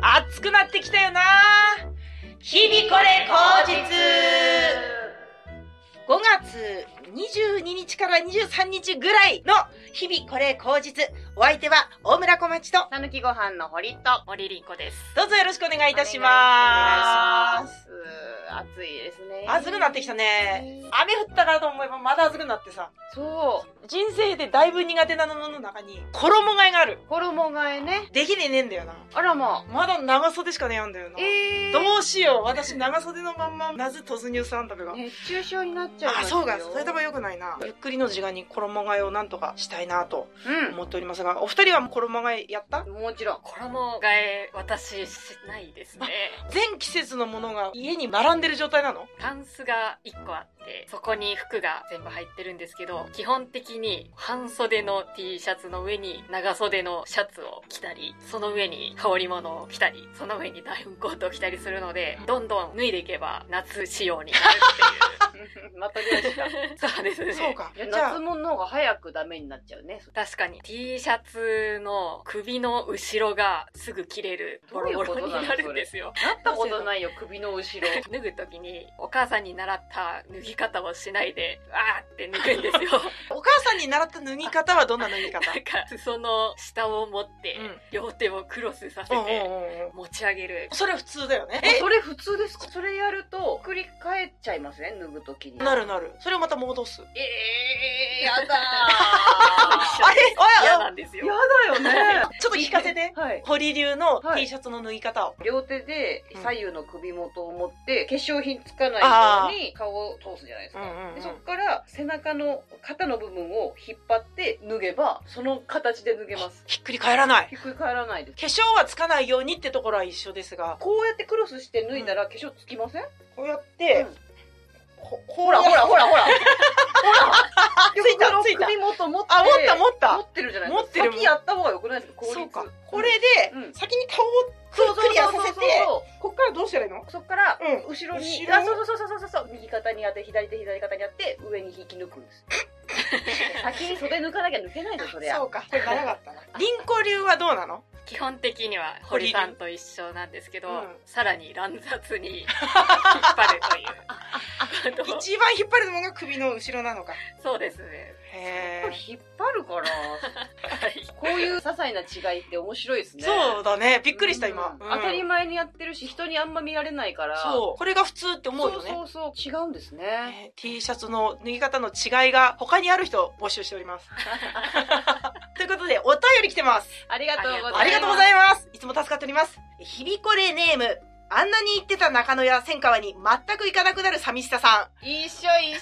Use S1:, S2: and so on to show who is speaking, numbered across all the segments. S1: 暑くなってきたよな日々これ口実 !5 月22日から23日ぐらいの日々これ口実。お相手は大村小町と、
S2: さぬきご飯の堀と森凛子です。
S1: どうぞよろしくお願いいたし
S2: お願
S1: ま
S2: いし
S1: す。
S2: ます。暑いですね。
S1: 暑くなってきたね。雨降ったかと思えばまだ暑くなってさ、
S2: そ
S1: 人生でだいぶ苦手なものの中に衣替えがある
S2: う。。衣替えね。
S1: できねえねえんだよな。
S2: あらま
S1: まだ長袖しかねえんだよな。
S2: あ。えー。
S1: どうしよう。私、長袖のまんま、なぜ突入したんだべが。
S2: 熱中症になっちゃう
S1: あ、そうか。それとも
S2: よ。
S1: 良くないな。ゆっくりの時間に衣替えをなんとかしたいなと
S2: うん。
S1: 思っておりますが、お二人はもう衣替えやった
S2: もちろん。
S3: 衣替え私しないですね
S1: 全季節のものが家に並んでる状態なの
S3: タンスが1個あってそこに服が全部入ってるんですけど基本的に半袖の T シャツの上に長袖のシャツを着たりその上に羽織物を着たりその上にダウンコートを着たりするのでどんどん脱いでいけば夏仕様になる
S2: またぐら いしか。
S3: っていうそうですね
S1: そうか。じゃ
S2: 夏
S1: あ、
S2: 物の方が早くダメになっちゃうね。
S3: 確かに T シャツの首の後ろがすぐ切れるボロボロになるんですよ
S2: なったことないよ、首の後ろ。
S3: 脱ぐ時にお母さんに習った脱ぎ方をしないであーって脱ぐんですよ
S1: お母さんに習った脱ぎ方はどんな脱 ぎ方
S3: なんか裾の下を持って、
S1: うん
S3: 両手をクロスさせ
S1: うんうん
S3: て
S1: うんうん。
S3: 持ち上げる
S1: それ普通だよね。
S2: それ普通ですかそれやると、繰り返っちゃいますね、脱ぐときに。
S1: なるなる。それをまた戻す。
S2: ええー、やだ
S1: あれ
S3: 嫌
S1: あ
S3: なんです
S2: ー。や
S3: よ
S2: だよ ね。
S1: あちょっと聞かせて。
S2: はい。
S1: 堀流の
S2: はい
S1: T シャツの脱ぎ方を。
S2: 両手で左右の首元を持って、化粧品つか
S1: あ
S2: な
S1: ー
S2: いように顔を通すじゃないです
S1: うん
S2: か。
S1: うんう
S2: でそ
S1: ん
S2: こから背中の肩の部分を引っ張って脱げばその形で脱げます
S1: ひっくり返らない。
S2: ひっくり返らないです
S1: 化粧はつかないようにってところは一緒ですが、
S2: こうやってクロスして脱いだら化粧つきません、
S1: こうやって、ほ
S2: ほらほらほ らほらほら
S1: ついた
S2: よくこの
S1: ついた
S2: 首元持って
S1: あ、持った持った
S2: 持ってるじゃない
S1: 持ってる
S2: 先やった方がよくないですか効率
S1: そうか。これで、
S2: うん
S1: 先に顔を
S2: そうそう
S1: クリア
S2: そう
S1: させ
S2: そう
S1: て、こっからどうしたらいいの
S2: そっから
S1: う
S2: 後ろに、
S1: 後ろ
S2: あそうそうそうそうそうそう右肩に当て左手左肩に当て上に引き抜くんです 先に袖抜かなきゃ抜けないでそりゃ
S1: そうか。これ長かったな。 リンコ流はどうなの
S3: 基本的には堀さんと一緒なんですけど、
S1: うん
S3: さらに乱雑に引っ張るというあ
S1: 一
S3: の
S1: 番引っ張るのが首の後ろなのか。
S3: そうですね
S1: へ
S2: これ引っ張 るから
S3: はい
S2: こういう些細な違いって面白いですね
S1: そうだね。び
S2: び
S1: っくりした、今。
S2: 当たり前にやってるし人にあんま見られないから
S1: そう。これが普通って思うよね。
S2: そうそうそう違うんです
S1: え
S2: ね
S1: ー T シャツの脱ぎ方の違いが他にある人を募集しており ます。ということで、お便り来てます。
S2: ありがとうございます
S1: ありがとうございます。いつも助かっております。ひびこれネーム。あんなに行ってた中野や千川に全く行かなくなる寂しささ
S2: 一緒一緒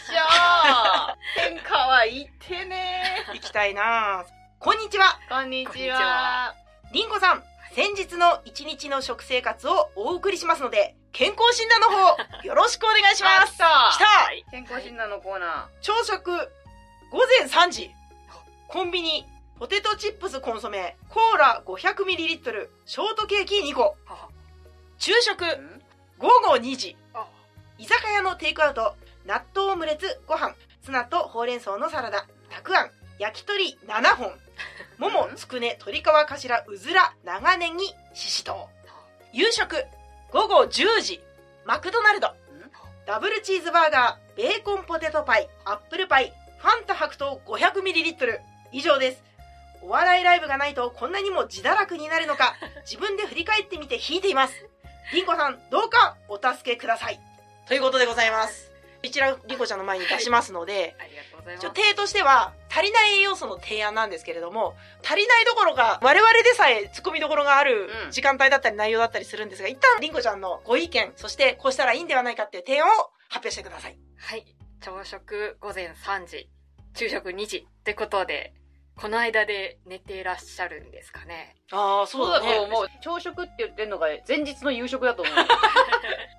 S2: 天下は行ってね
S1: ん。行きたいなあこんにちは、
S2: こんに
S3: こん
S2: ち
S3: にち
S2: は
S3: は
S1: りんこさん。先日の一日の食生活をお送りしますので、健康診断の方、よろしくお願いします。
S2: あ
S1: 来た
S2: 来た
S3: はい
S2: 健康診断のコーナー、
S1: 朝食、午前3時。コンビニ、ポテトチップスコンソメ、コーラ 500ml、ショートケーキ2個。
S3: あ
S1: 昼食、
S2: ん
S1: 午後2時。
S3: あ
S1: 居酒屋のテイクアウト納豆オムレツご飯ツナとほうれん草のサラダたくあん焼き鳥7本ももつくね鶏皮かしらうずら長ネギししとう夕食午後10時マクドナルドダブルチーズバーガーベーコンポテトパイアップルパイファンタ白桃 500ml 以上ですお笑いライブがないとこんなにも自堕落になるの か自分で振り返ってみて引いていますりんこさんどうかお助けくださいということでございます一覧りんこちゃんの前に出しますので、
S3: ありがとうございます
S1: ちょ提としては足りない栄養素の提案なんですけれども足りないどころか我々でさえツッコミどころがある
S2: うん
S1: 時間帯だったり内容だったりするんですが、一旦りんこちゃんのご意見そしてこうしたらいいんではないかっていう提案を発表してください
S3: はい。朝食午前3時、昼食2時ってことで、この間で寝ていらっしゃるんですかね。
S1: ああ
S2: そうだと思う朝食って言ってんのが前日の夕食だと思 う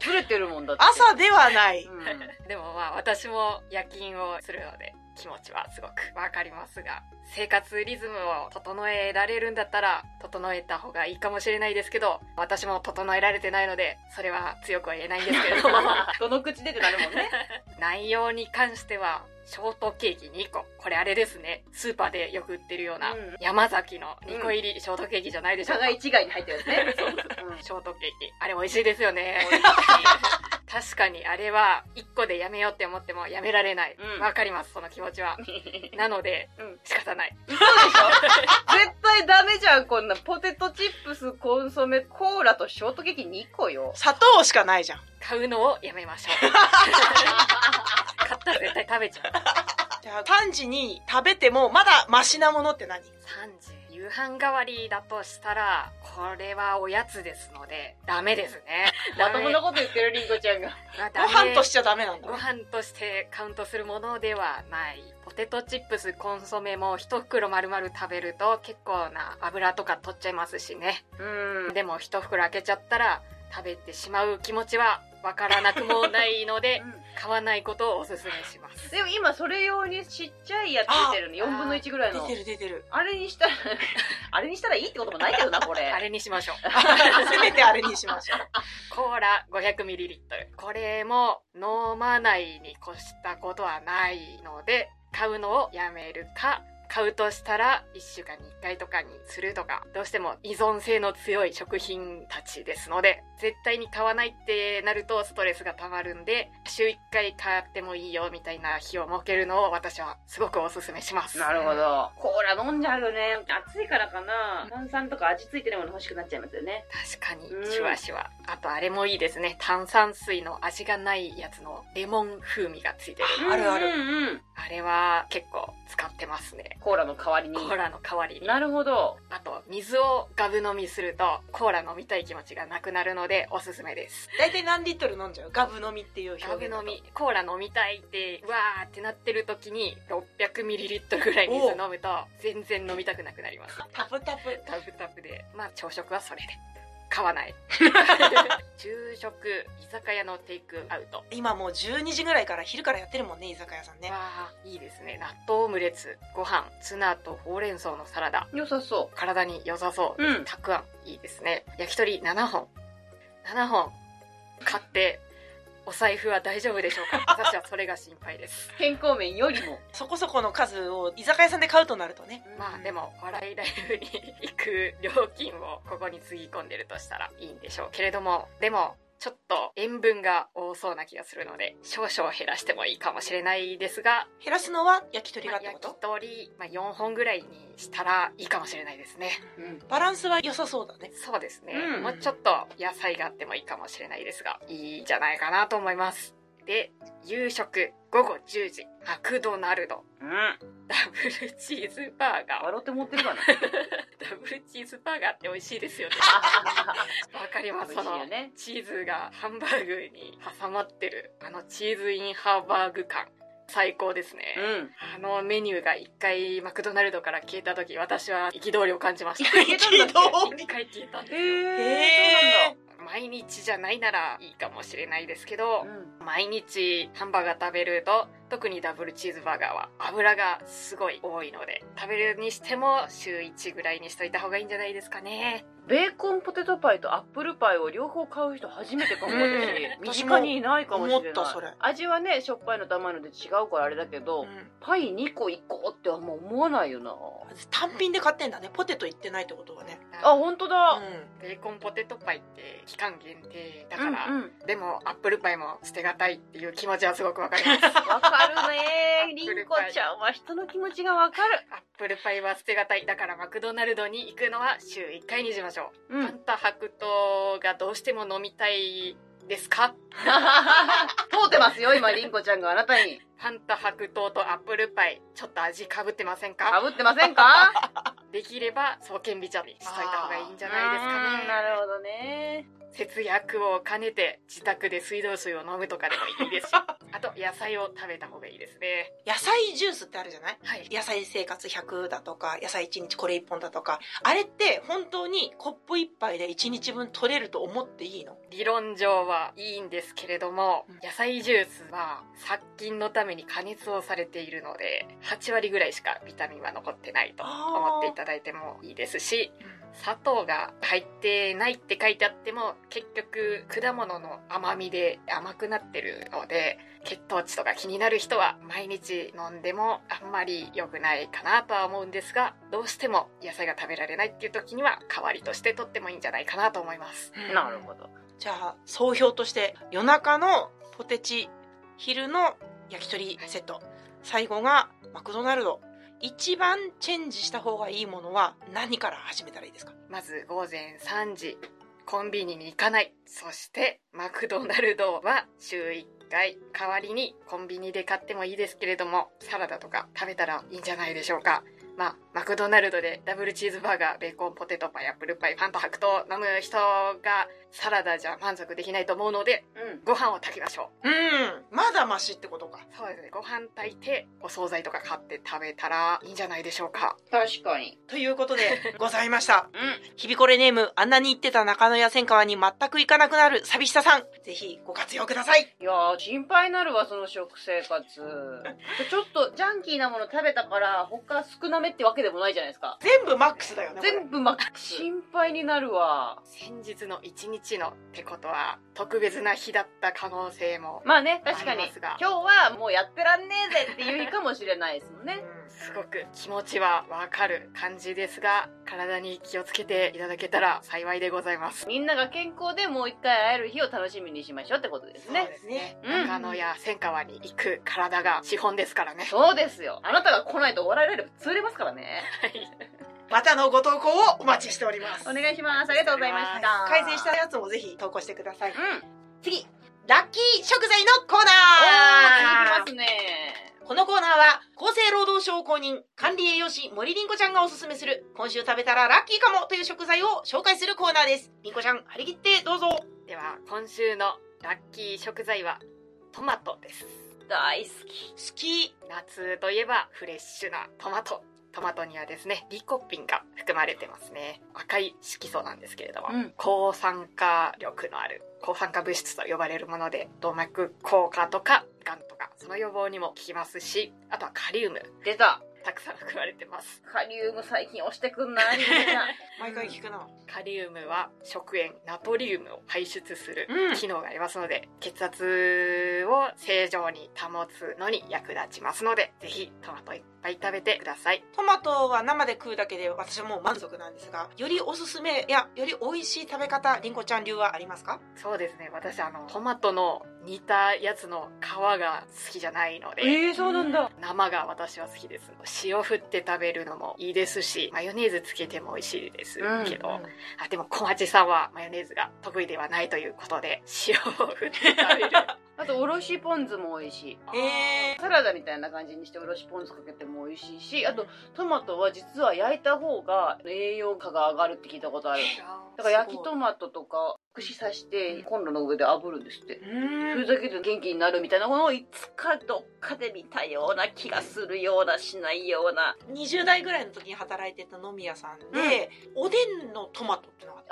S2: ずれてるもんだって
S1: 朝ではない、
S2: うん
S3: でもまあ私も夜勤をするので、気持ちはすごくわかりますが、生活リズムを整えられるんだったら、整えた方がいいかもしれないですけど、私も整えられてないので、それは強くは言えないんですけれども、
S2: どの 口でってなるもんね。
S3: 内容に関しては、ショートケーキ2個。これあれですね。スーパーでよく売ってるような
S1: うん、
S3: 山崎の2個入りショートケーキじゃないでしょうか。
S2: 互い違いに入ってるやつね。
S3: ショートケーキ。あれ美味しいですよね。確かにあれは1個でやめようって思ってもやめられない
S2: うん。
S3: わ、かります、その気持 ちは。なので、
S1: うん
S3: 仕方ない。
S2: そうでしょ絶対ダメじゃん、こんな。ポテトチップス、コンソメ、コーラとショートケーキ2個 よ。
S1: 砂糖しかないじゃん
S3: 買うのをやめましょ う。買ったら絶対食べちゃう。
S1: じゃあ3時に食べてもまだマシなものって何
S3: 3時。夕飯代わりだとしたら、これはおやつですので、ダメですね。
S2: まともなこと言ってるリンゴちゃんが。
S3: まあ
S1: ご
S3: ダメ
S1: 飯としちゃダメなんだ
S3: ご飯としてカウントするものではない。ポテトチップス、コンソメも一袋丸々食べると結構な油とか取っちゃいますしね。
S2: うん。
S3: でも一袋開けちゃったら食べてしまう気持ちはわからなくもない ので、買わないことをおすすめします。
S2: でも今それ用にちっちゃいやつ出てるの。4分の1ぐらいの
S1: 出て。る出てる
S2: あれにしたら、 あれにしたらいいってこともないけどな、これ。
S3: あれにしましょう。
S1: せめてあれにしましょう
S3: コーラ 500ml。これも飲まないに越したことはないので、買うのをやめるか、買うとしたら1週間に1回とかにするとか、どうしても依存性の強い食品たちですので、絶対に買わないってなるとストレスが溜まるんで、週1回買ってもいいよみたいな日を設けるのを私はすごくおすすめします。
S2: なるほど。コーラ飲んじゃうよね。暑いからかな。炭酸とか味付いてるもの欲しくなっちゃいますよね。
S3: 確かに
S2: うん、
S3: シュワシュワ。あとあれもいいですね。炭酸水の味がないやつのレモン風味がついてる。
S1: あるある
S2: うんうんうん。
S3: あれは結構使ってますね。
S2: コーラの代わりに。
S3: コーラの代わりに。
S2: なるほど。
S3: あと、水をガブ飲みすると、コーラ飲みたい気持ちがなくなるので、おすすめです。
S1: 大体何リットル飲んじゃうガブ飲みっていう表
S3: ガブ
S1: 現だと
S3: 飲み、コーラ飲みたいって、うわーってなってる時に、600ml ぐらい水飲むと、全然飲みたくなくなります。
S1: タプタプ
S3: タブタブで。まあ、朝食はそれで。買わ ない。昼食、居酒屋のテイクアウト。
S1: 今もう12時ぐらいから昼からやってるもんね居酒屋さんね
S3: わあ、いいですね。納豆オムレツ、ご飯、ツナとほうれん草のサラダ。
S2: 良さそ
S3: 体に良さそう
S2: う。。うん。
S3: たくあん、いいですね。焼き鳥7本。7本買って、お財布は大丈夫でしょ うか私はそれが心配です。
S2: 健康面よりも。
S1: そこそこの数を居酒屋さんで買うとなるとね
S3: まあでも、笑いライブに行く料金をここにつぎ込んでるとしたらいいんでしょうけれども、でも、ちょっと塩分が多そうな気がするので、少々減らしてもいいかもしれないですが、
S1: 減らすのは焼き鳥
S3: ま
S1: が
S3: あ
S1: ってこ
S3: 焼き
S1: と
S3: 鳥、まあ、4本ぐらいにしたらいいかもしれないですね。
S2: うん。
S1: バランスは良さそうだね
S3: そうですね、
S2: うん
S3: もうちょっと野菜があってもいいかもしれないですがいいんじゃないかなと思いますで夕食午後10時マクドナルド
S2: うん。
S3: ダブルチーズバーガー
S2: 笑って持ってるかな。
S3: ダブルチーズバーガーって美味しいですよねわかります
S2: 美
S3: そ
S2: 味しい
S3: の
S2: よね。
S3: チーズがハンバーグに挟まってるあのチーズインハーバーグ感最高ですね、
S2: うん。
S3: あのメニューが一回マクドナルドから消えた時私は憤りを感じました
S1: 憤り
S3: 一回消えたんですよ
S2: へえ。
S3: 毎日じゃないならいいかもしれないですけど
S2: そう、なんだ。うん。
S3: 毎日ハンバーガー食べると特にダブルチーズバーガーは油がすごい多いので食べるにしても週1ぐらいにしといた方がいいんじゃないですかね
S2: ベーコンポテトパイとアップルパイを両方買う人初めてかも
S1: うん
S2: 私身近にいないかもしれない
S1: 思ったそれ
S2: 味はねしょっぱいのと甘いので違うからあれだけど、
S1: うん
S2: パイ2個1個ってはもう思わないよな
S1: 単品で買ってんだねポテトいってないってことはね
S2: あ本当だ、
S3: ベーコンポテトパイって期間限定だ
S2: う
S3: か
S2: ん
S3: ら、
S2: うん
S3: でもアップルパイも捨てがたいっていう気持ちはすごくわかりま すアッ
S2: わかるねりんこちゃんは人の気持ちがわかる
S3: プルパイは捨てがたいだからマクドナルドに行くのは週1回にしましょう
S2: うん
S3: あんた白桃がどうしても飲みたいですか
S2: 通ってますよ今りんこちゃんがあなたに
S3: ファンタ白桃とアップルパイ、ちょっと味かぶってません
S2: か
S3: か
S2: ぶってませんか
S3: できれば、双剣美茶にしといた方がいいんじゃないですか
S2: な
S3: ね。
S2: るほどね
S3: 節約を兼ねて自宅で水道水を飲むとかでもいいです しあと野菜を食べた方がいいですね
S1: 野菜ジュースってあるじゃない
S3: はい
S1: 野菜生活100だとか野菜1日これ1本だとかあれって本当にコップ1杯で1日分取れると思っていいの
S3: 理論上はいいんですけれども
S1: うん
S3: 野菜ジュースは殺菌のために加熱をされているので8割ぐらいしかビタミンは残ってないと思っていただいてもいいですし砂糖が入ってないって書いてあっても結局果物の甘みで甘くなってるので血糖値とか気になる人は毎日飲んでもあんまり良くないかなとは思うんですがどうしても野菜が食べられないっていう時には代わりとして取ってもいいんじゃないかなと思います
S1: うん
S2: なるほど。
S1: じゃあ総評として夜中のポテチ昼の焼き鳥セット最後がマクドナルド一番チェンジした方がいいものは何から始めたらいいですか
S3: まず午前3時コンビニに行かないそしてマクドナルドは週1回代わりにコンビニで買ってもいいですけれどもサラダとか食べたらいいんじゃないでしょうかまあマクドナルドでダブルチーズバーガーベーコンポテトパイアップルパイパンと白桃飲む人がサラダじゃ満足できないと思うので
S2: うん。
S3: ご飯を炊きましょ
S1: うんまだマシってことか
S3: うそうですねご飯炊いてお惣菜とか買って食べたらいいんじゃないでしょうか
S2: 確かに。
S1: ということ でございました
S2: う
S1: 日々これネームあんなに行ってた中野や千川に全く行かなくなる寂しささんぜひご活用ください
S2: ん。いやー、心配になるわ、その食生活。ちょっと、ジャンキーなもの食べたから、他少なめってわけでもないじゃないですか。
S1: 全部マックスだよねこれ
S2: 全部マックス。心配になるわ。
S3: 先日の一日のってことは特別な日だった可能性も
S2: まあね、確かに。
S3: ありますが
S2: 今日はもうやってらんねえぜっていう日かもしれないですもんね。
S3: すごく気持ちはわかる感じですが体に気をつけていただけたら幸いでございます
S2: みんなが健康でもう一回会える日を楽しみにしましょうってことです
S1: そう
S2: ね
S1: で。すね
S2: うん
S3: 中野や千川に行く体が資本ですからね
S2: そうですよ。あなたが来ないと笑いライブ潰れますからね。
S1: またのご投稿をお待ちしております
S2: お願いします。ありがとうございました。
S1: 改善したやつもぜひ投稿してください
S2: うん。
S1: 次ラッキー食材のコーナー
S2: おー、続きますね。
S1: このコーナーは厚生労働省公認管理栄養士森凛子ちゃんがおすすめする今週食べたらラッキーかもという食材を紹介するコーナーです凛子ちゃん張り切ってどうぞ
S3: では今週のラッキー食材はトマトです
S2: 大好き。
S1: 好き
S3: 夏といえばフレッシュなトマトトマトにはですねリコピンが含まれてますね赤い色素なんですけれども、
S2: うん
S3: 抗酸化力のある抗酸化物質と呼ばれるもので動脈硬化とかがんとかその予防にも効きますしあとはカリウム
S2: 出た。
S3: たくさん含まれてます
S2: カリウム最近押してくんないみんな
S1: 毎回聞くな
S3: カリウムは食塩ナトリウムを排出する
S1: うん
S3: 機能がありますので、血圧を正常に保つのに役立ちますのでぜひトマトいっぱい食べてください
S1: トマトは生で食うだけで私はもう満足なんですがよりおすすめいやより美味しい食べ方りんこちゃん流はありますか
S3: そうですね私あのトマトの煮たやつの皮が好きじゃないので、
S2: えー、そうなんだ。
S3: 生が私は好きです塩振って食べるのもいいですしマヨネーズつけても美味しいです
S2: うん
S3: けど、あでも小町さんはマヨネーズが得意ではないということで塩を振って食べる
S2: あと、おろしポン酢も美味しい。
S1: え
S2: サラダみたいな感じにしておろしポン酢かけても美味しいし、あと、トマトは実は焼いた方が栄養価が上がるって聞いたことある。だから焼きトマトとか、串刺してコンロの上で炙るんですって
S1: ー、。う
S2: そ
S1: ーん
S2: れだけで元気になるみたいなものをいつかどっかで見たような気がするようなしないような
S1: 20代ぐらいの時に働いてた飲み屋さんで、おでんのトマトってのがあっ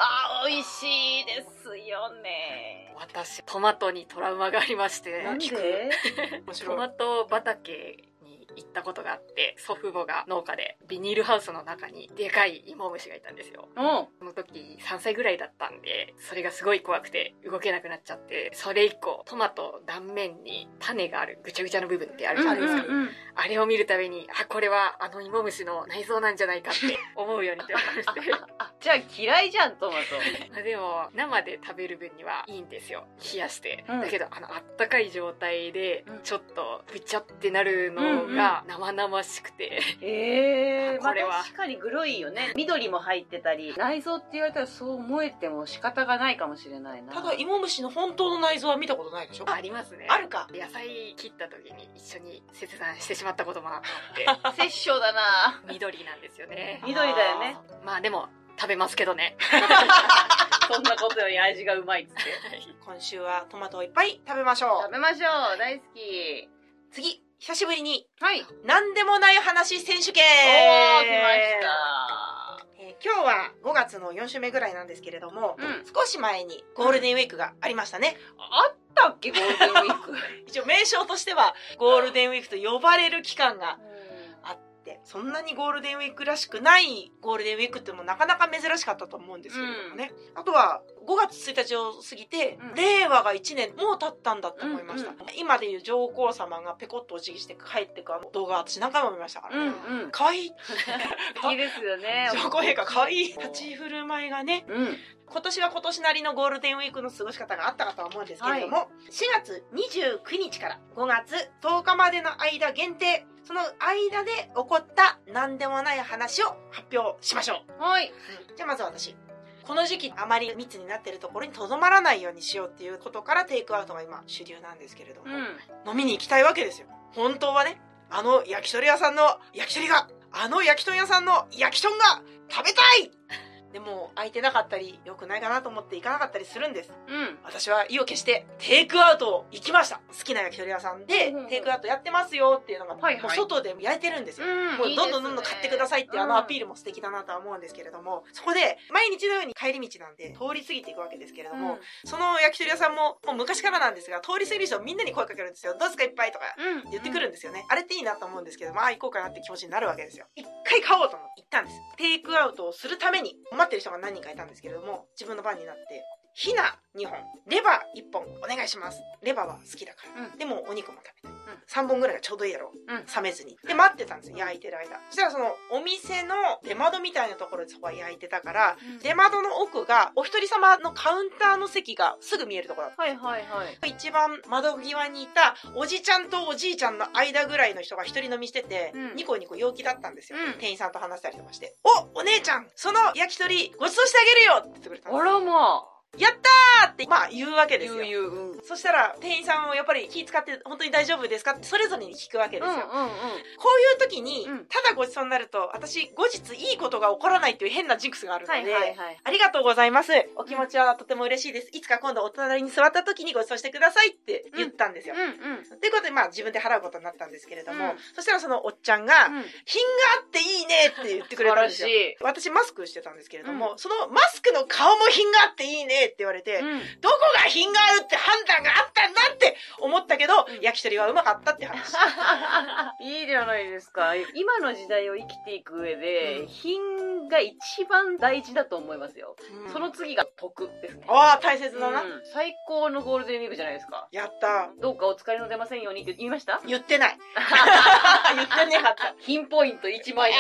S2: あー美味しいですよね
S3: 私トマトにトラウマがありまして
S2: なんで
S1: 聞くた面
S3: ト
S1: 白い
S3: マト畑に行ったことがあって祖父母が農家でビニールハウスの中にでかい芋虫がいたんですよ
S2: うんあ
S3: その時3歳ぐらいだったんでそれがすごい怖くて動けなくなっちゃってそれ以降トマト断面に種があるぐちゃぐちゃの部分ってあるじゃないですか、
S2: うんうんうん
S3: あれを見るたびにあこれはあの芋虫の内臓なんじゃないかって思うようになりまして
S2: あじゃあ嫌いじゃんトマト
S3: あでも生で食べる分にはいいんですよ冷やして、
S2: うん
S3: だけどあのあったかい状態で
S2: うん
S3: ちょっとぐちゃってなるのが生々しくて、
S2: ええー、まあ
S3: これは
S2: 確かにグロいよね緑も入ってたり内臓って言われたらそう思えても仕方がないかもしれないな
S1: ただ芋虫の本当の内臓は見たことないでしょ
S3: ありますね
S1: あるか
S3: 野菜切った時に一緒に切断してしまったこともあって
S2: 殺生だな
S3: 緑なんですよね
S2: 緑だよね
S3: まあでも食べますけどね。
S2: そんなことより味がうまいっつって。
S1: 今週はトマトをいっぱい食べましょ
S2: 食
S1: う
S2: べましょう大好き
S1: 次久しぶりに
S2: はい。
S1: 何でもない話選手権
S2: おー、来ました。
S1: えー今日は5月の4週目ぐらいなんですけれども、
S2: うん
S1: 少し前にゴールデンウィークがありましたね。
S2: あったっけ、ゴールデンウィーク。
S1: 一応名称としてはゴールデンウィークと呼ばれる期間があって、そんなにゴールデンウィークらしくないゴールデンウィークってもなかなか珍しかったと思うんですけれどもね。あとは5月1日を過ぎて、
S2: うん
S1: 令和が1年もう経ったんだって思いました。
S2: うん
S1: 今でいう上皇様がペコッとお辞儀して帰ってくあの動画私何回も見ましたから
S2: うん
S1: ね。
S2: うん。
S1: 可愛い
S2: 好きですよね。
S1: 上皇陛下可愛い立ち振る舞いがね、
S2: うん。
S1: 今年は今年なりのゴールデンウィークの過ごし方があったかとは思うんですけれども、4月29日から5月10日までの間限定その間で起こった何でもない話を発表しましょう、
S2: はい。
S1: じゃあまず私この時期あまり密になってるところにとどまらないようにしようっていうことからテイクアウトが今主流なんですけれども、
S2: うん。
S1: 飲みに行きたいわけですよ本当はねあの焼き鳥屋さんの焼き鳥があの焼き鳥屋さんの焼き鳥が食べたいでも空いてなかったり良くないかなと思って行かなかったりするんです
S2: うん。
S1: 私は意を決してテイクアウトを行きました好きな焼き鳥屋さんで
S2: うんうんうん
S1: テイクアウトやってますよっていうのが、
S2: はいはい
S1: もう外で焼いてるんですよ、
S2: うん
S1: もうどんどんどんどん買ってくださいっていうあのアピ
S2: ー
S1: ールも素敵だなとは思うんですけれども、そこで毎日のように帰り道なんで通り過ぎていくわけですけれども、その焼き鳥屋さんももう昔からなんですが通り過ぎる人みんなに声かけるんですよ「どうですかいっぱい」とか
S2: うん。
S1: 言ってくるんですよね、あれっていいなと思うんですけどまあ行こうかなって気持ちになるわけですよ一回買おうと思って行ったんですテイクアウトをするために待ってる人が何人かいたんですけれども自分の番になってひな2本レバー1本お願いしますレバーは好きだから、
S2: う
S1: でもお肉も食べたい、
S2: ん
S1: 3本ぐらいがちょうどいいだろう、
S2: うん
S1: 冷めずにで待ってたんですよ焼いてる間そしたらそのお店の出窓みたいなところでそこは焼いてたから
S2: うん。
S1: 出窓の奥がお一人様のカウンターの席がすぐ見えるところだった
S2: はいはいはい。
S1: 一番窓際にいたおじちゃんとおじいちゃんの間ぐらいの人が一人飲みしてて、
S2: うん
S1: ニコニコ陽気だったんですよ、
S2: うん
S1: 店員さんと話したりとかして「おお姉ちゃんその焼き鳥ごちそうしてあげるよ!」って言ってくれたん
S2: あ
S1: ですよ
S2: らま
S1: やったー!」ってまあ言うわけ
S2: あ。
S1: ですよ
S2: ゆう。うん。うんうん
S1: そしたら店員さんもやっぱり気使って本当に大丈夫ですかってそれぞれに聞くわけですよ、こういう時に
S2: うん
S1: ただごちそうになると私後日いいことが起こらないっていう変なジンクスがあるので、
S2: はいはいはい。
S1: ありがとうございます。お気持ちはとても嬉しいです。いつか今度お隣に座った時にご馳走してくださいって言ったんですよ。
S2: うんうん。
S1: ということで、まあ自分で払うことになったんですけれども、
S2: うん
S1: そしたらそのおっちゃんが、
S2: うん
S1: 品があっていいねって言ってく
S2: 素
S1: れ
S2: 晴
S1: たん
S2: ら
S1: で
S2: し
S1: すよ。
S2: い。
S1: 私マスクしてたんですけれども、そのマスクの顔も品があっていいねって言われて、
S2: うん。
S1: どこが品があるって判断があったんだって思ったけど、
S2: うん
S1: 焼き鳥はうまかったって話。
S2: いいじゃないですか。今の時代を生きていく上
S1: う
S2: で
S1: ん、
S2: 品が一番大事だと思いますよ。その次が得ですね。
S1: ああ、大切だな。
S2: うん最高のゴールデンウィークじゃないですか。
S1: やった。
S2: どうかお疲れの出ませんようにって言いました
S1: 言って ない。言ってねえかった。
S2: 品ポイント1枚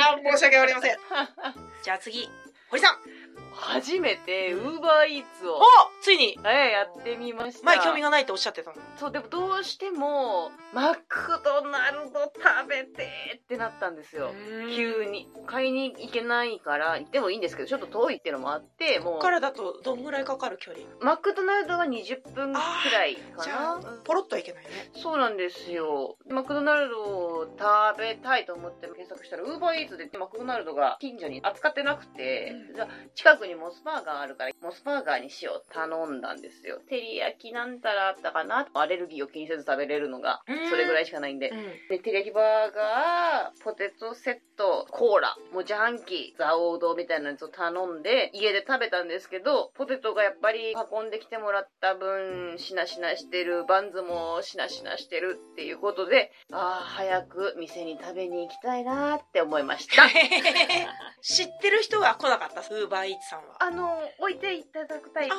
S1: あー申し訳ありません。じゃあ次、堀さん。
S2: 初めてウーバーイーツを
S1: おついに
S2: ええやってみました
S1: 前興味がないとおっしゃってたの。
S2: そうでもどうしてもマクドナルド食べてってなったんですよ急に買いに行けないから行ってもいいんですけどちょっと遠いっていうのもあっても
S1: こ
S2: う
S1: っからだとどんぐらいかかる距離
S2: マクドナルドは20分くらいか
S1: じゃあ
S2: なうん、
S1: ポロッとはいけないね。
S2: そうなんですよ。マクドナルドを食べたいと思って検索したら、ウーバーイーツでマクドナルドが近所に扱ってなくて、
S1: うん
S2: じゃあ近くにモスバーガーあるから、モスバーガーにしよう頼んだんですよ。照り焼きなんたらあったかなアレルギーを気にせず食べれるのが
S1: うん、
S2: それぐらいしかないんで
S1: う。 ん。
S2: で、照り焼きバーガー、ポテトセット、コーラ、もうジャンキー、ザ王道みたいなやつを頼んで、家で食べたんですけど、ポテトがやっぱり運んできてもらった分、しなしなしてる、バンズもしなしなしてるっていうことで、ああ、早く店に食べに行きたいなーって思いま した。
S1: 知ってる人が来なかった、ウーバーイーツさんは。
S2: あの、置いていただくタイプ、
S1: あ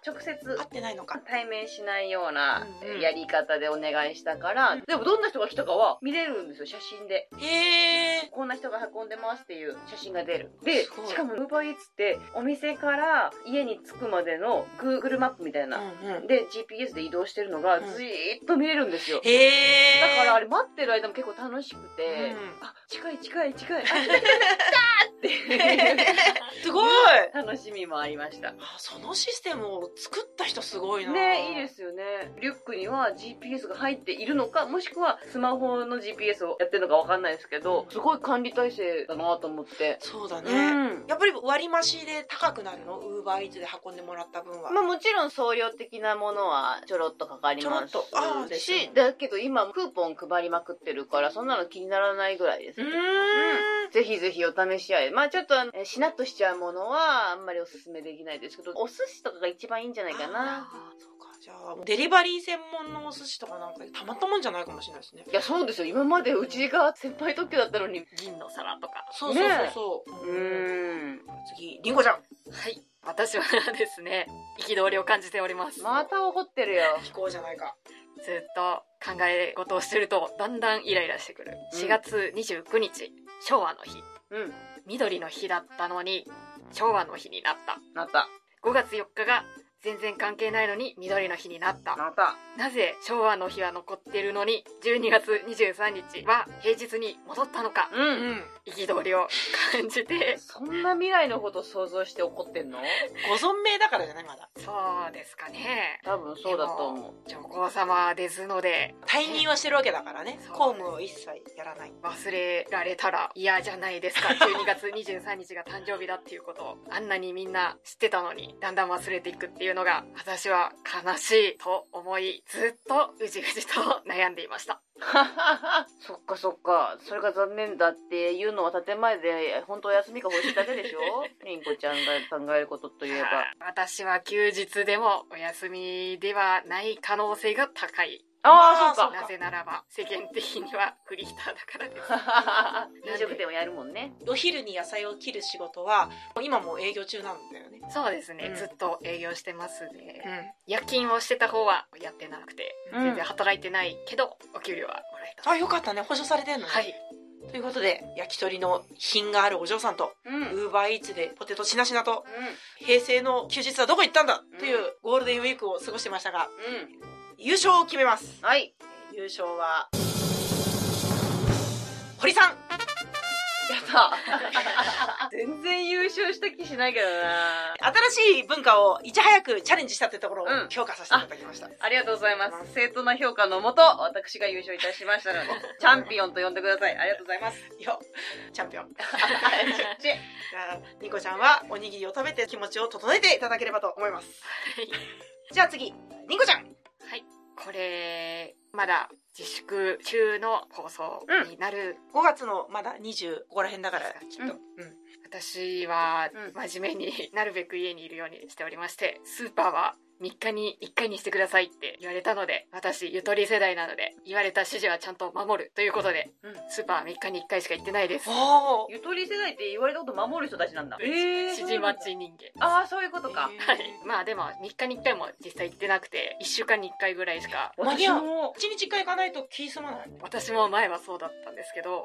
S2: あの、直接
S1: 会ってないのか。
S2: 対面しないような
S1: うんうん
S2: やり方でお願いしたから、でもどんな人が来たかは見れるんですよ、写真で。
S1: へえ。
S2: こんな人が運んでますっていう写真が出るです
S1: ごい
S2: しかも UberEats ってお店から家に着くまでの Google マップみたいな、
S1: うんうん。
S2: で GPS で移動してるのが
S1: うん
S2: ずーっと見れるんですよ、
S1: へえ。
S2: だからあ
S1: れ、
S2: れ待ってる間も結構楽しくて、
S1: うん
S2: あ近い近い近いあ来た来た来たっていう
S1: すごい
S2: 楽しみもありました。
S1: あそのシステムを作った人すごいな
S2: ねいいですすよね。リュックには GPS が入っているのか、もしくはスマホの GPS をやってるのかわかんないですけど、すごい管理体制だなと思って。
S1: そうだね、
S2: うん。
S1: やっぱり割り増しで高くなるのウーバーイーツで運んでもらった分は、
S2: まあもちろん送料的なものはちょろっとかかります
S1: ちょろっとあーですよ
S2: し、だけど今クーポン配りまくってるから、そんなの気にならないぐらいです。
S1: うーん
S2: ぜひぜひお試しあれ。まあちょっと、えーしなっとしちゃうものはあんまりおすすめできないですけど、お寿司とかが一番いいんじゃないかな。
S1: あーそうかじゃあデリバリー専門のお寿司とかなんかたまったもんじゃないかもしれないですね
S2: いや、そうですよ。今までうちが先輩特許だったのに。
S3: 銀の皿とか。
S1: そうそうそうそう
S2: う、ーん。
S1: 次りんごちゃん
S3: はい。私はですね、憤りを感じております。
S2: また怒ってるよ。
S1: 聞こうじゃないか
S3: ずっと考え事をしてると、だんだんイライラしてくる。4月29日、昭和の日。
S2: うん。
S3: 緑の日だったのに、昭和の日になった。
S2: なった。
S3: 5月4日が全然関係ないのに緑の日になった。
S2: なった。
S3: なぜ昭和の日は残ってるのに、12月23日は平日に戻ったのか、
S1: う
S2: うん。
S1: ん
S3: 憤りを感じて、
S2: そんな未来のこと想像して怒ってんの
S1: ご存命だからじゃないまだ
S3: そうですかね。
S2: 多分そうだと思う。
S3: 上皇様ですので、
S1: 退任はしてるわけだからね
S3: そう
S1: 公務を一切やらない
S3: 忘れられたら嫌じゃないですか。12月23日が誕生日だっていうことを、あんなにみんな知ってたのに、だんだん忘れていくっていうのが、私は悲しいと思い、ずっとうじうじと悩んでいました。
S2: そっかそっか。それが残念だっていうのは建前で、本当は休みが欲しいだけで しょりんこちゃんが考えることといえば。
S3: 私は休日でもお休みではない可能性が高い。
S2: ああ、そう
S1: う
S2: か。
S1: か
S3: なぜならば、世間的にはフリーターだからです。
S2: 飲食店をやるもんね。
S1: お昼に野菜を切る仕事は今もう営業中なんだよね
S3: そうですね、
S1: うん
S3: ずっと営業してますね。
S1: う
S3: 夜勤をしてた方はやってなくて、
S2: うん
S3: 全然働いてないけど、お給料はもらえ
S1: ん
S3: た。
S1: あよかったね保証されてんのね
S3: はい。
S1: ということで焼き鳥の品があるお嬢さんと
S2: うん。うん。
S1: ウーバーイーツでポテトしなしなと平成の休日はどこ行ったんだというゴールデンウィークを過ごしてましたが
S2: う
S1: 優勝を決めます
S2: ん。はい。
S1: 優勝は堀さん
S2: やった。 全然優勝した気しないけどな。
S1: 新しい文化をいち早くチャレンジしたってところを
S2: うん
S1: 評価させていただきました、
S2: ありがとうございます。正当な評価のもと、私が優勝いたしましたので、チャンピオンと呼んでください。ありがとうございます。
S1: よチャンピオンじ
S2: はいち
S1: ゃあニコちゃんはおにぎりを食べて気持ちを整えていただければと思いますじゃあ次ニコちゃん
S3: はい。これ、まだ自粛中の放送になる。
S1: 5月のまだ25ここら辺だからきっと、うん
S3: 私は
S2: うん
S3: 真面目になるべく家にいるようにしておりまして、スーパーは3日に1回にしてくださいって言われたので、私、ゆとり世代なので、言われた指示はちゃんと守るということで、
S2: うん
S3: スーパーは3日に1回しか行ってないです。
S1: おー
S2: ゆとり世代って言われたこと守る人たちなんだ。え
S3: 指示待ち人間。
S2: ああ、そういうことか。
S3: はい。まあでも、3日に1回も実際行ってなくて、1週間に1回ぐらいしか、
S1: 間に
S2: 私
S1: 合う
S2: も、
S1: 一日一回行かないと気済まない
S3: 私も前はそうだったんですけど、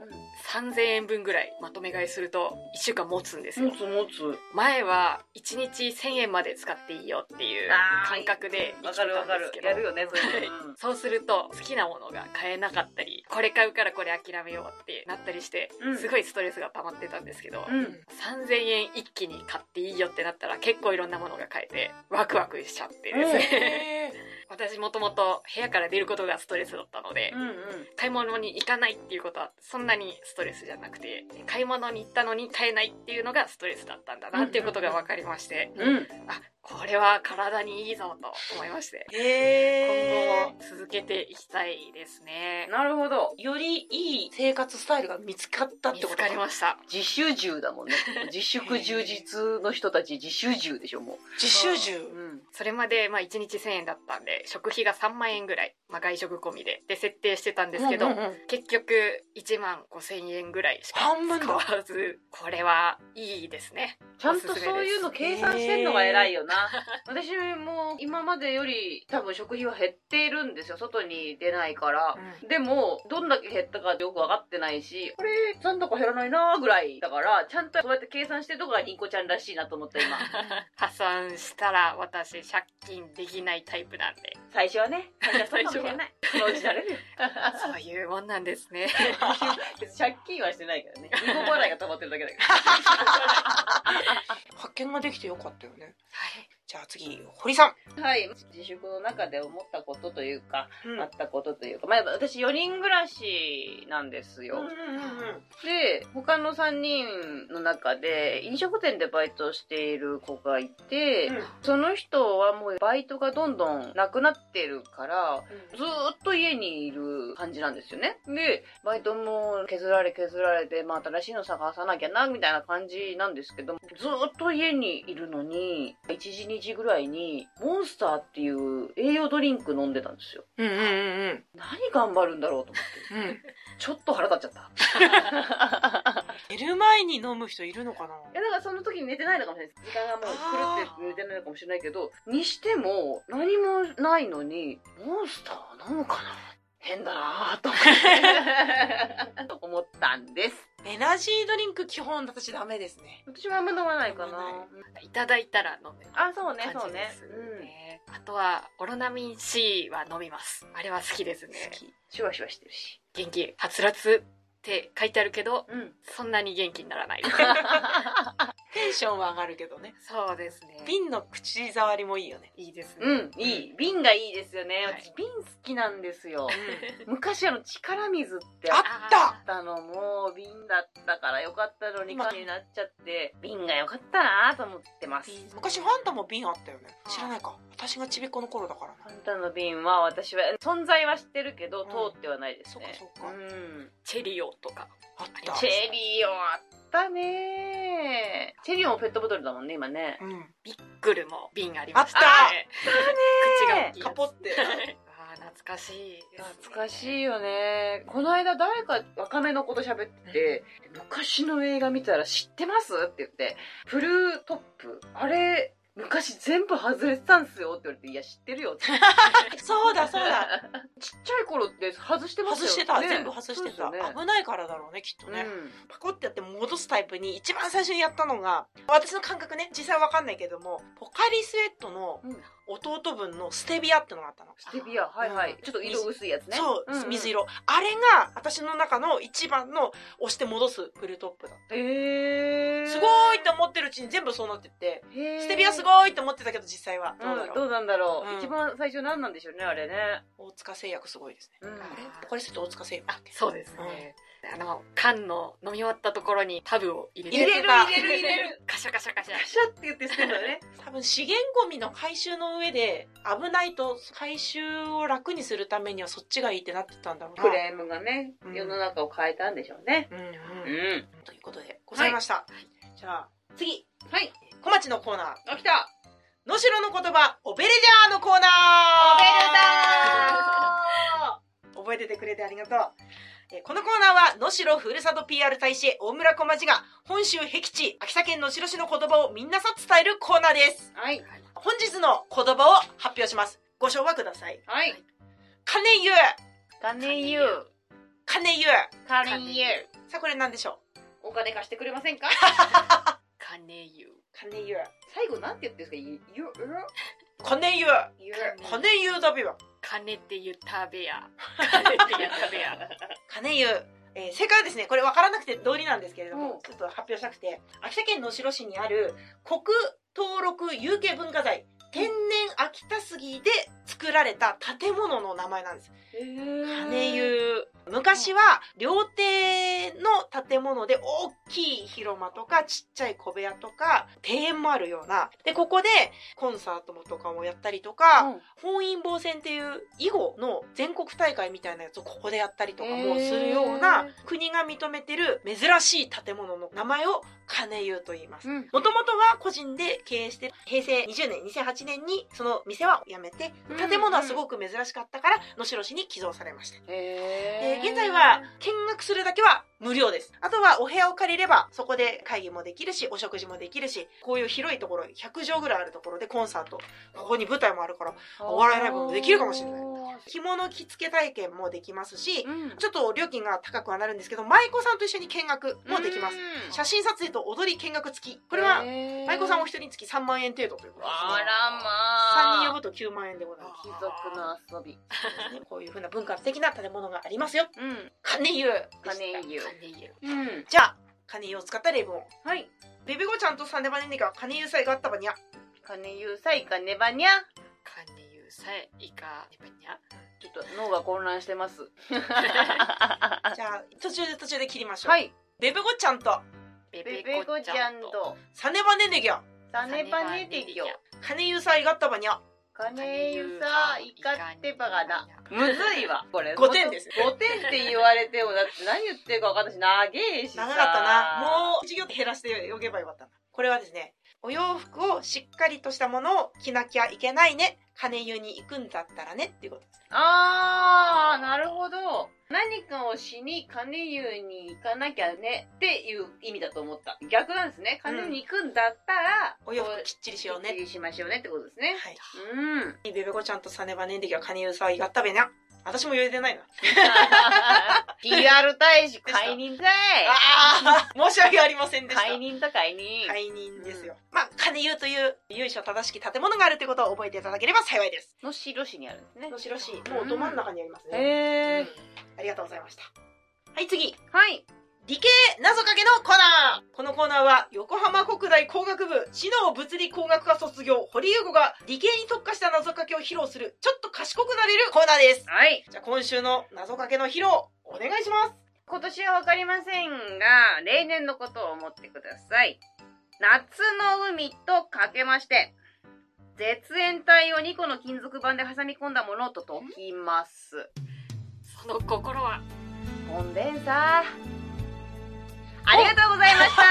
S3: 3000円分ぐらいまとめ買いすると、1週間持つんですよ。
S2: 持つ持つ。
S3: 前は1日1000円まで使っていいよっていう
S2: あー
S3: 感覚で生
S2: わ
S3: き
S2: か
S3: て
S2: るわ
S3: た
S2: か
S3: んで
S2: る
S3: すけ。ど
S2: やるよね、そういうの。うん
S3: そうすると好きなものが買えなかったりこれ買うからこれ諦めようってなったりして
S2: うん
S3: すごいストレスが溜まってたんですけど、
S2: うん
S3: 3000円一気に買っていいよってなったら結構いろんなものが買えてワクワクしちゃってですね、
S1: へー
S3: 私もともと部屋から出ることがストレスだったので、
S2: うんうん。
S3: 買い物に行かないっていうことはそんなにストレスじゃなくて買い物に行ったのに買えないっていうのがストレスだったんだなっていうことが分かりまして、
S2: うん。
S3: あこれは体にいいぞと思いまして今
S1: へ
S3: 後も続けていきたいですね
S2: なるほど。
S1: ーよりいい生活スタイルが見つかったっ
S3: 見
S1: て
S3: つ
S1: こと
S3: かりました
S2: 自習銃だもんね。自粛充実の人たち、自習銃でしょ、も
S1: 自習銃
S2: う。うん。
S3: それまでまあ1日1000円だったんで食費が3万円ぐらい、まあ、外食込みでで設定してたんですけど、
S1: うんうんうん
S3: 結局1万5000円ぐらいしか
S1: 半分
S3: 使
S1: だ
S3: わずこれはいいですね
S2: ちゃんとそういうの計算してんのが偉いよな。私も今までより多分食費は減っているんですよ。外に出ないから。でも、どんだけ減ったかよく分かってないし、これ、残高減らないなーぐらいだから、ちゃんとそうやって計算してるとこがりんこちゃん らしいなと思った今。
S3: 破産したら私借金できないタイプなんで
S2: 最初はね 最初はそうかもしれないそのうち慣れるよ
S3: そういうもんなんですね。
S2: 別に借金はしてないからねリボ払いが溜まってるだけだか
S1: 発見ができてよかったよね
S3: はい。
S1: じゃあ次堀さん、
S2: ら はい自粛の中で思ったことというか
S1: うん
S2: あったことというか、まあ、私4人暮らしなんですよ、
S1: うんうんうん
S2: で他の3人の中で飲食店でバイトしている子がいて、
S1: うん
S2: その人はもうバイトがどんどんなくなってるからずーっと家にいる感じなんですよねでバイトも削られ削られて、まあ、新しいの探さなきゃなみたいな感じなんですけどずーっと家にいるのに1時2時ぐらいにモンスターっていう栄養ドリンク飲んでたんですよ
S1: うんうんうん
S2: 何頑張るんだろうと思って
S1: うんうん
S2: ちょっと腹立っちゃった
S1: 寝る前に飲む人いるのかない
S2: やだからその時に寝てないのかもしれないです時間がもう狂って寝てないのかもしれないけどにしても何もないのにモンスターなのかな変だなぁと思って 思ったんです
S1: エナジードリンク基本私ダメですね
S2: 私はあんま飲まないか
S1: 飲
S2: な
S1: まない
S3: いただいたら飲む。
S2: あそうね
S3: 感
S2: そう
S3: じで
S2: ね
S3: す、ねあとは、オロナミン C は飲みます。あれは好きですね。
S2: シュワシュワしてるし
S3: 元気、はつらつって書いてあるけど、
S2: うん
S3: そんなに元気にならない。
S1: テンションは上がるけどね
S3: そうですね。
S1: 瓶の口触りもいいよね
S3: いいですね。
S2: うんいい瓶がいいですよね
S3: はい
S2: 私瓶好きなんですよ
S1: うん
S2: 昔あの力水って
S1: あ
S3: あー
S1: った
S2: ったのも瓶だったからよかったのに
S1: 今
S2: 缶になっちゃって瓶がよかったなと思ってます
S1: 昔ファンタも瓶あったよね知らないか私がちびっこの頃だから
S2: フ
S1: な
S2: ァンタの瓶は私は存在は知ってるけど
S1: ん
S2: 通ってはないですね、
S1: そっかそっか
S2: ん
S3: チェリオとか。
S1: あっ
S3: あ
S1: た
S2: チェリオあったねチェリオもペットボトルだもんね今ね
S1: うん
S3: ビックルも瓶ありました
S1: あった
S3: ね。 口が大きいやつ。
S1: カポって
S3: あー懐かしいですね、
S2: 懐か
S3: い
S2: しいよねこの間誰か若めの子と喋ってて昔の映画見たら知ってますって言ってプルートップあれ昔全部外れてたんすよって言われて「いや知ってるよ」って
S1: そうだそうだ
S2: ちっちゃい頃って外してま
S1: 外
S2: した
S1: してた、
S2: よね
S1: 全部外してた、
S2: そうですよね
S1: 危ないからだろうねきっとね、
S2: うん
S1: パコってやって戻すタイプに一番最初にやったのが私の感覚ね実際わかんないけどもポカリスエットの
S2: うん
S1: 弟分のステビアってのがあったの、
S2: ステビアはいはい、
S1: うん
S2: ちょっと色薄いやつね
S1: そう、
S2: んん
S1: 水色あれが私の中の一番の押して戻すフルトップだった
S2: えー、
S1: すごいと思ってるうちに全部そうなってって
S2: へー
S1: ステビアすごいと思ってたけど実際はどうだ
S2: うん
S1: ろう、
S2: どうなんだろう、
S1: うん
S2: 一番最初何なんでしょうねあれね、
S1: 大塚製薬すごいですね、
S2: うん
S1: あれポカリスエット大塚製薬だ
S3: あ
S1: っけ
S3: そうですね、あの缶の飲み終わったところにタブを入れて
S1: 入れる入
S2: れる入れる
S3: カシャカシャカシャ
S2: ガシャって言って捨てるのね
S1: 多分資源ゴミの回収の上で危ないと回収を楽にするためにはそっちがいいってなってたんだろ うな
S2: クレームがね、
S1: うん
S2: 世の中を変えたんでしょうね
S1: うんうん
S2: ん
S1: ということでございました、じゃあ次
S2: はい
S1: 小町のコーナー
S2: あ来た
S1: 野城の言葉オベレジャーのコーナー覚えててくれてありがとうえーこのコーナーは、野城ふるさと PR 大使、大村小町が、本州僻地、秋田県野城市の言葉をみんなさ伝えるコーナーです。
S2: はい
S1: 本日の言葉を発表します。ご唱和ください。
S2: はい
S1: 金湯
S2: カネユ
S1: 金湯
S2: カ
S3: ネユ
S2: ネユ
S1: さあ、これ何でしょ
S2: お金貸してくれませんか
S3: カネユ
S1: う金湯
S2: 最後なんて言ってるんですかユユ
S1: 金湯
S2: ユユ
S1: 金湯だべは
S3: カネって言ったべやカネって言ったべや
S1: 金湯、えー正解はですねこれ分からなくて道理なんですけれど
S2: う
S1: も
S2: ん
S1: ちょっと発表したくて秋田県能代市にある国登録有形文化財天然秋田杉で作られた建物の名前なんです金湯昔は料亭の建物で大きい広間とかちっちゃい小部屋とか庭園もあるようなでここでコンサートとかもやったりとか、本因坊戦っていう囲碁の全国大会みたいなやつをここでやったりとかもするような国が認めてる珍しい建物の名前を金湯と言います。
S2: うん
S1: もともとは個人で経営して平成20年2008年にその店は辞めて
S2: うん
S1: 建物はすごく珍しかったから能代市に寄贈されました。
S2: え
S1: で現在は見学するだけは無料です。あとはお部屋を借りればそこで会議もできるしお食事もできるしこういう広いところ100畳ぐらいあるところでコンサートここに舞台もあるからお笑いライブもできるかもしれない
S2: あー
S1: 着物着付け体験もできますし、
S2: うん
S1: ちょっと料金が高くはなるんですけど、舞妓さんと一緒に見学もできます。
S2: うん
S1: 写真撮影と踊り見学付き。これは、
S2: へー
S1: 舞妓さんお一人につき3万円程度ということです
S2: あ
S1: ね。
S2: ら
S1: 3人
S2: ま
S1: 呼
S2: あ
S1: ぶと9万円でございま
S2: 貴族の遊び
S1: す、 ね。こういうふうな文化的な建物がありますよ。
S2: うん
S1: 金湯でした。
S2: 金湯
S3: 言える
S2: うん
S1: じゃあ、金湯を使った例文を。
S2: はい
S1: ベベゴちゃんとサンデバネネが金湯さえがあったばにゃ。
S2: 金湯さいかねばにゃ
S3: カニユさえイカネバニャ
S2: ちょっと脳が混乱してます
S1: じゃあ、途中で途中で切りましょう。
S2: はい
S1: ベベゴちゃんと
S3: ベ
S2: ベベ
S3: コ
S2: コ
S3: ち
S2: ち
S3: ゃ
S2: ゃ
S3: ん
S2: ん
S3: と
S2: と
S1: サネバネネギャ。
S2: サネバネテキョ
S1: 金湯さえがあったばにゃ。
S2: 金湯さいかってばがなむずいわこれ
S1: 5点です
S2: 5点って言われてもだって何言ってるか分かんないし長えしさ
S1: 長かったな。もう授業減らしておけばよかったな。これはですね、お洋服をしっかりとしたものを着なきゃいけないね。金湯に行くんだったらねっていうことです。
S2: あーなるほど何かをしに金湯に行かなきゃねっていう意味だと思った逆なんですね金湯に行くんだったら、
S1: お洋
S2: こ
S1: 服
S2: う
S1: きっちりしよう
S2: きっち
S1: ね。
S2: りしましょうねってことですね
S1: はい。
S2: うん
S1: ベベゴちゃんとサネバネネギャ、金湯さえがあったべにゃ。私も言えてないな。
S2: PR 大使解任だい
S1: ああ 申し訳ありませんでした。
S2: 解任だ解任、
S1: 解任ですよ。まあ、金湯という由緒正しき建物があるということを覚えていただければ幸いです。
S2: の白市にあるんですね
S1: 能代市、
S3: うん
S1: もうど真ん中にありますね。
S2: へえ
S1: ありがとうございました。はい、次。
S2: はい
S1: 理系謎かけのコーナーこのコーナーは横浜国大工学部知能物理工学科卒業堀優吾が理系に特化した謎かけを披露するちょっと賢くなれるコーナーです
S2: はい
S1: じゃあ今週の謎かけの披露お願いします
S2: 今年はわかりませんが、例年のことを思ってください。夏の海とかけまして、絶縁体を2個の金属板で挟み込んだものと解きます。
S3: その心は
S2: コンデンサー。ありがとうございました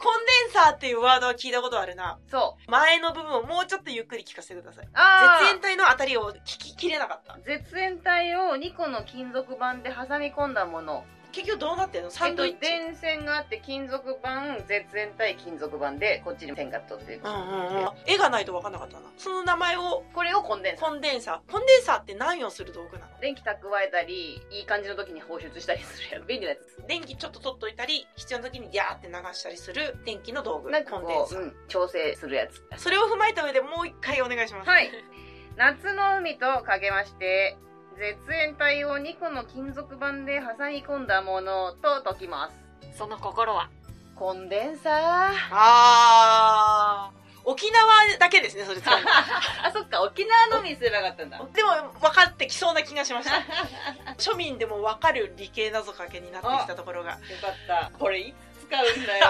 S1: コンデンサーっていうワードは聞いたことあるな
S2: そう。
S1: 前の部分をもうちょっとゆっくり聞かせてください
S2: あー
S1: 絶縁体のあたりを聞ききれなかった
S2: 絶縁体を2個の金属板で挟み込んだもの。
S1: 結局どうなってんのサンドイッチ、
S2: えっと電線があって金属板、絶縁体、金属板で、こっちに線が取っていく
S1: うんうんうん絵がないと分かんなかったなその名前を
S2: これをコンデンサー
S1: コンデンサーコンデンサーって何をする道具なの
S2: 電気蓄えたりいい感じの時に放出したりするや つ便利なやつ
S1: 電気ちょっと取っといたり必要な時にギャーって流したりする電気の道具
S2: なん
S1: コ
S2: か
S1: ンデン
S2: こう、
S1: サ
S2: う
S1: ー、
S2: ん、調整するやつ
S1: それを踏まえた上でもう一回お願いします、
S2: はい 夏の海とかけまして絶縁体を2個の金属板で挟み込んだものと解きます
S3: その心は
S2: コンデンサー
S1: あー沖縄だけですねそれ使う の
S2: あそっか沖縄のみすればよかったんだ
S1: でも分かってきそうな気がし ました庶民でも分かる理系謎かけになってきたところが
S2: ったこれいつ使うんだよ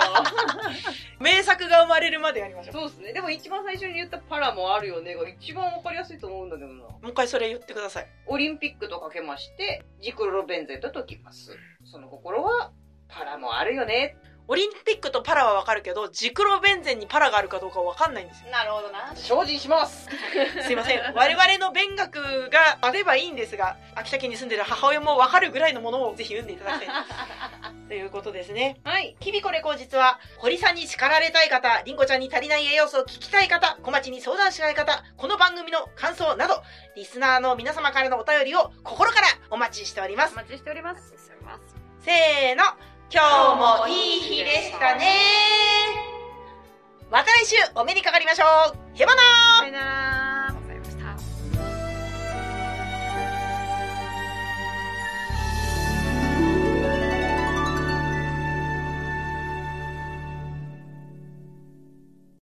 S1: 名作が生まれるまでやりましょう
S2: そうですねでも一番最初に言ったパラもあるよねが一番わかりやすいと思うんだけどな
S1: もう一回それ言ってください
S2: オリンピックとかけまして、ジクロロベンゼと解きます。その心は、パラもあるよね。
S1: オリンピックとパラは分かるけどジクロベンゼンにパラがあるかどうか分かんないんですよ
S2: なるほどな。精進します。
S1: すいません。我々の勉学があればいいんですが、秋田県に住んでる母親もわかるぐらいのものをぜひ読んでいただきたいなということですね。
S2: はい。
S1: 日々これ後日は、堀さんに叱られたい方、りんこちゃんに足りない栄養素を聞きたい方、小町に相談したい方、この番組の感想など、リスナーの皆様からのお便りを心からお待ちしておりま
S2: お
S1: す。
S2: 待ちしておりま
S3: お
S2: す。
S3: 待ちしております
S1: せーの、今日もいい日でしたね。また来週お目にかかりましょう。へばなー
S2: さよなら。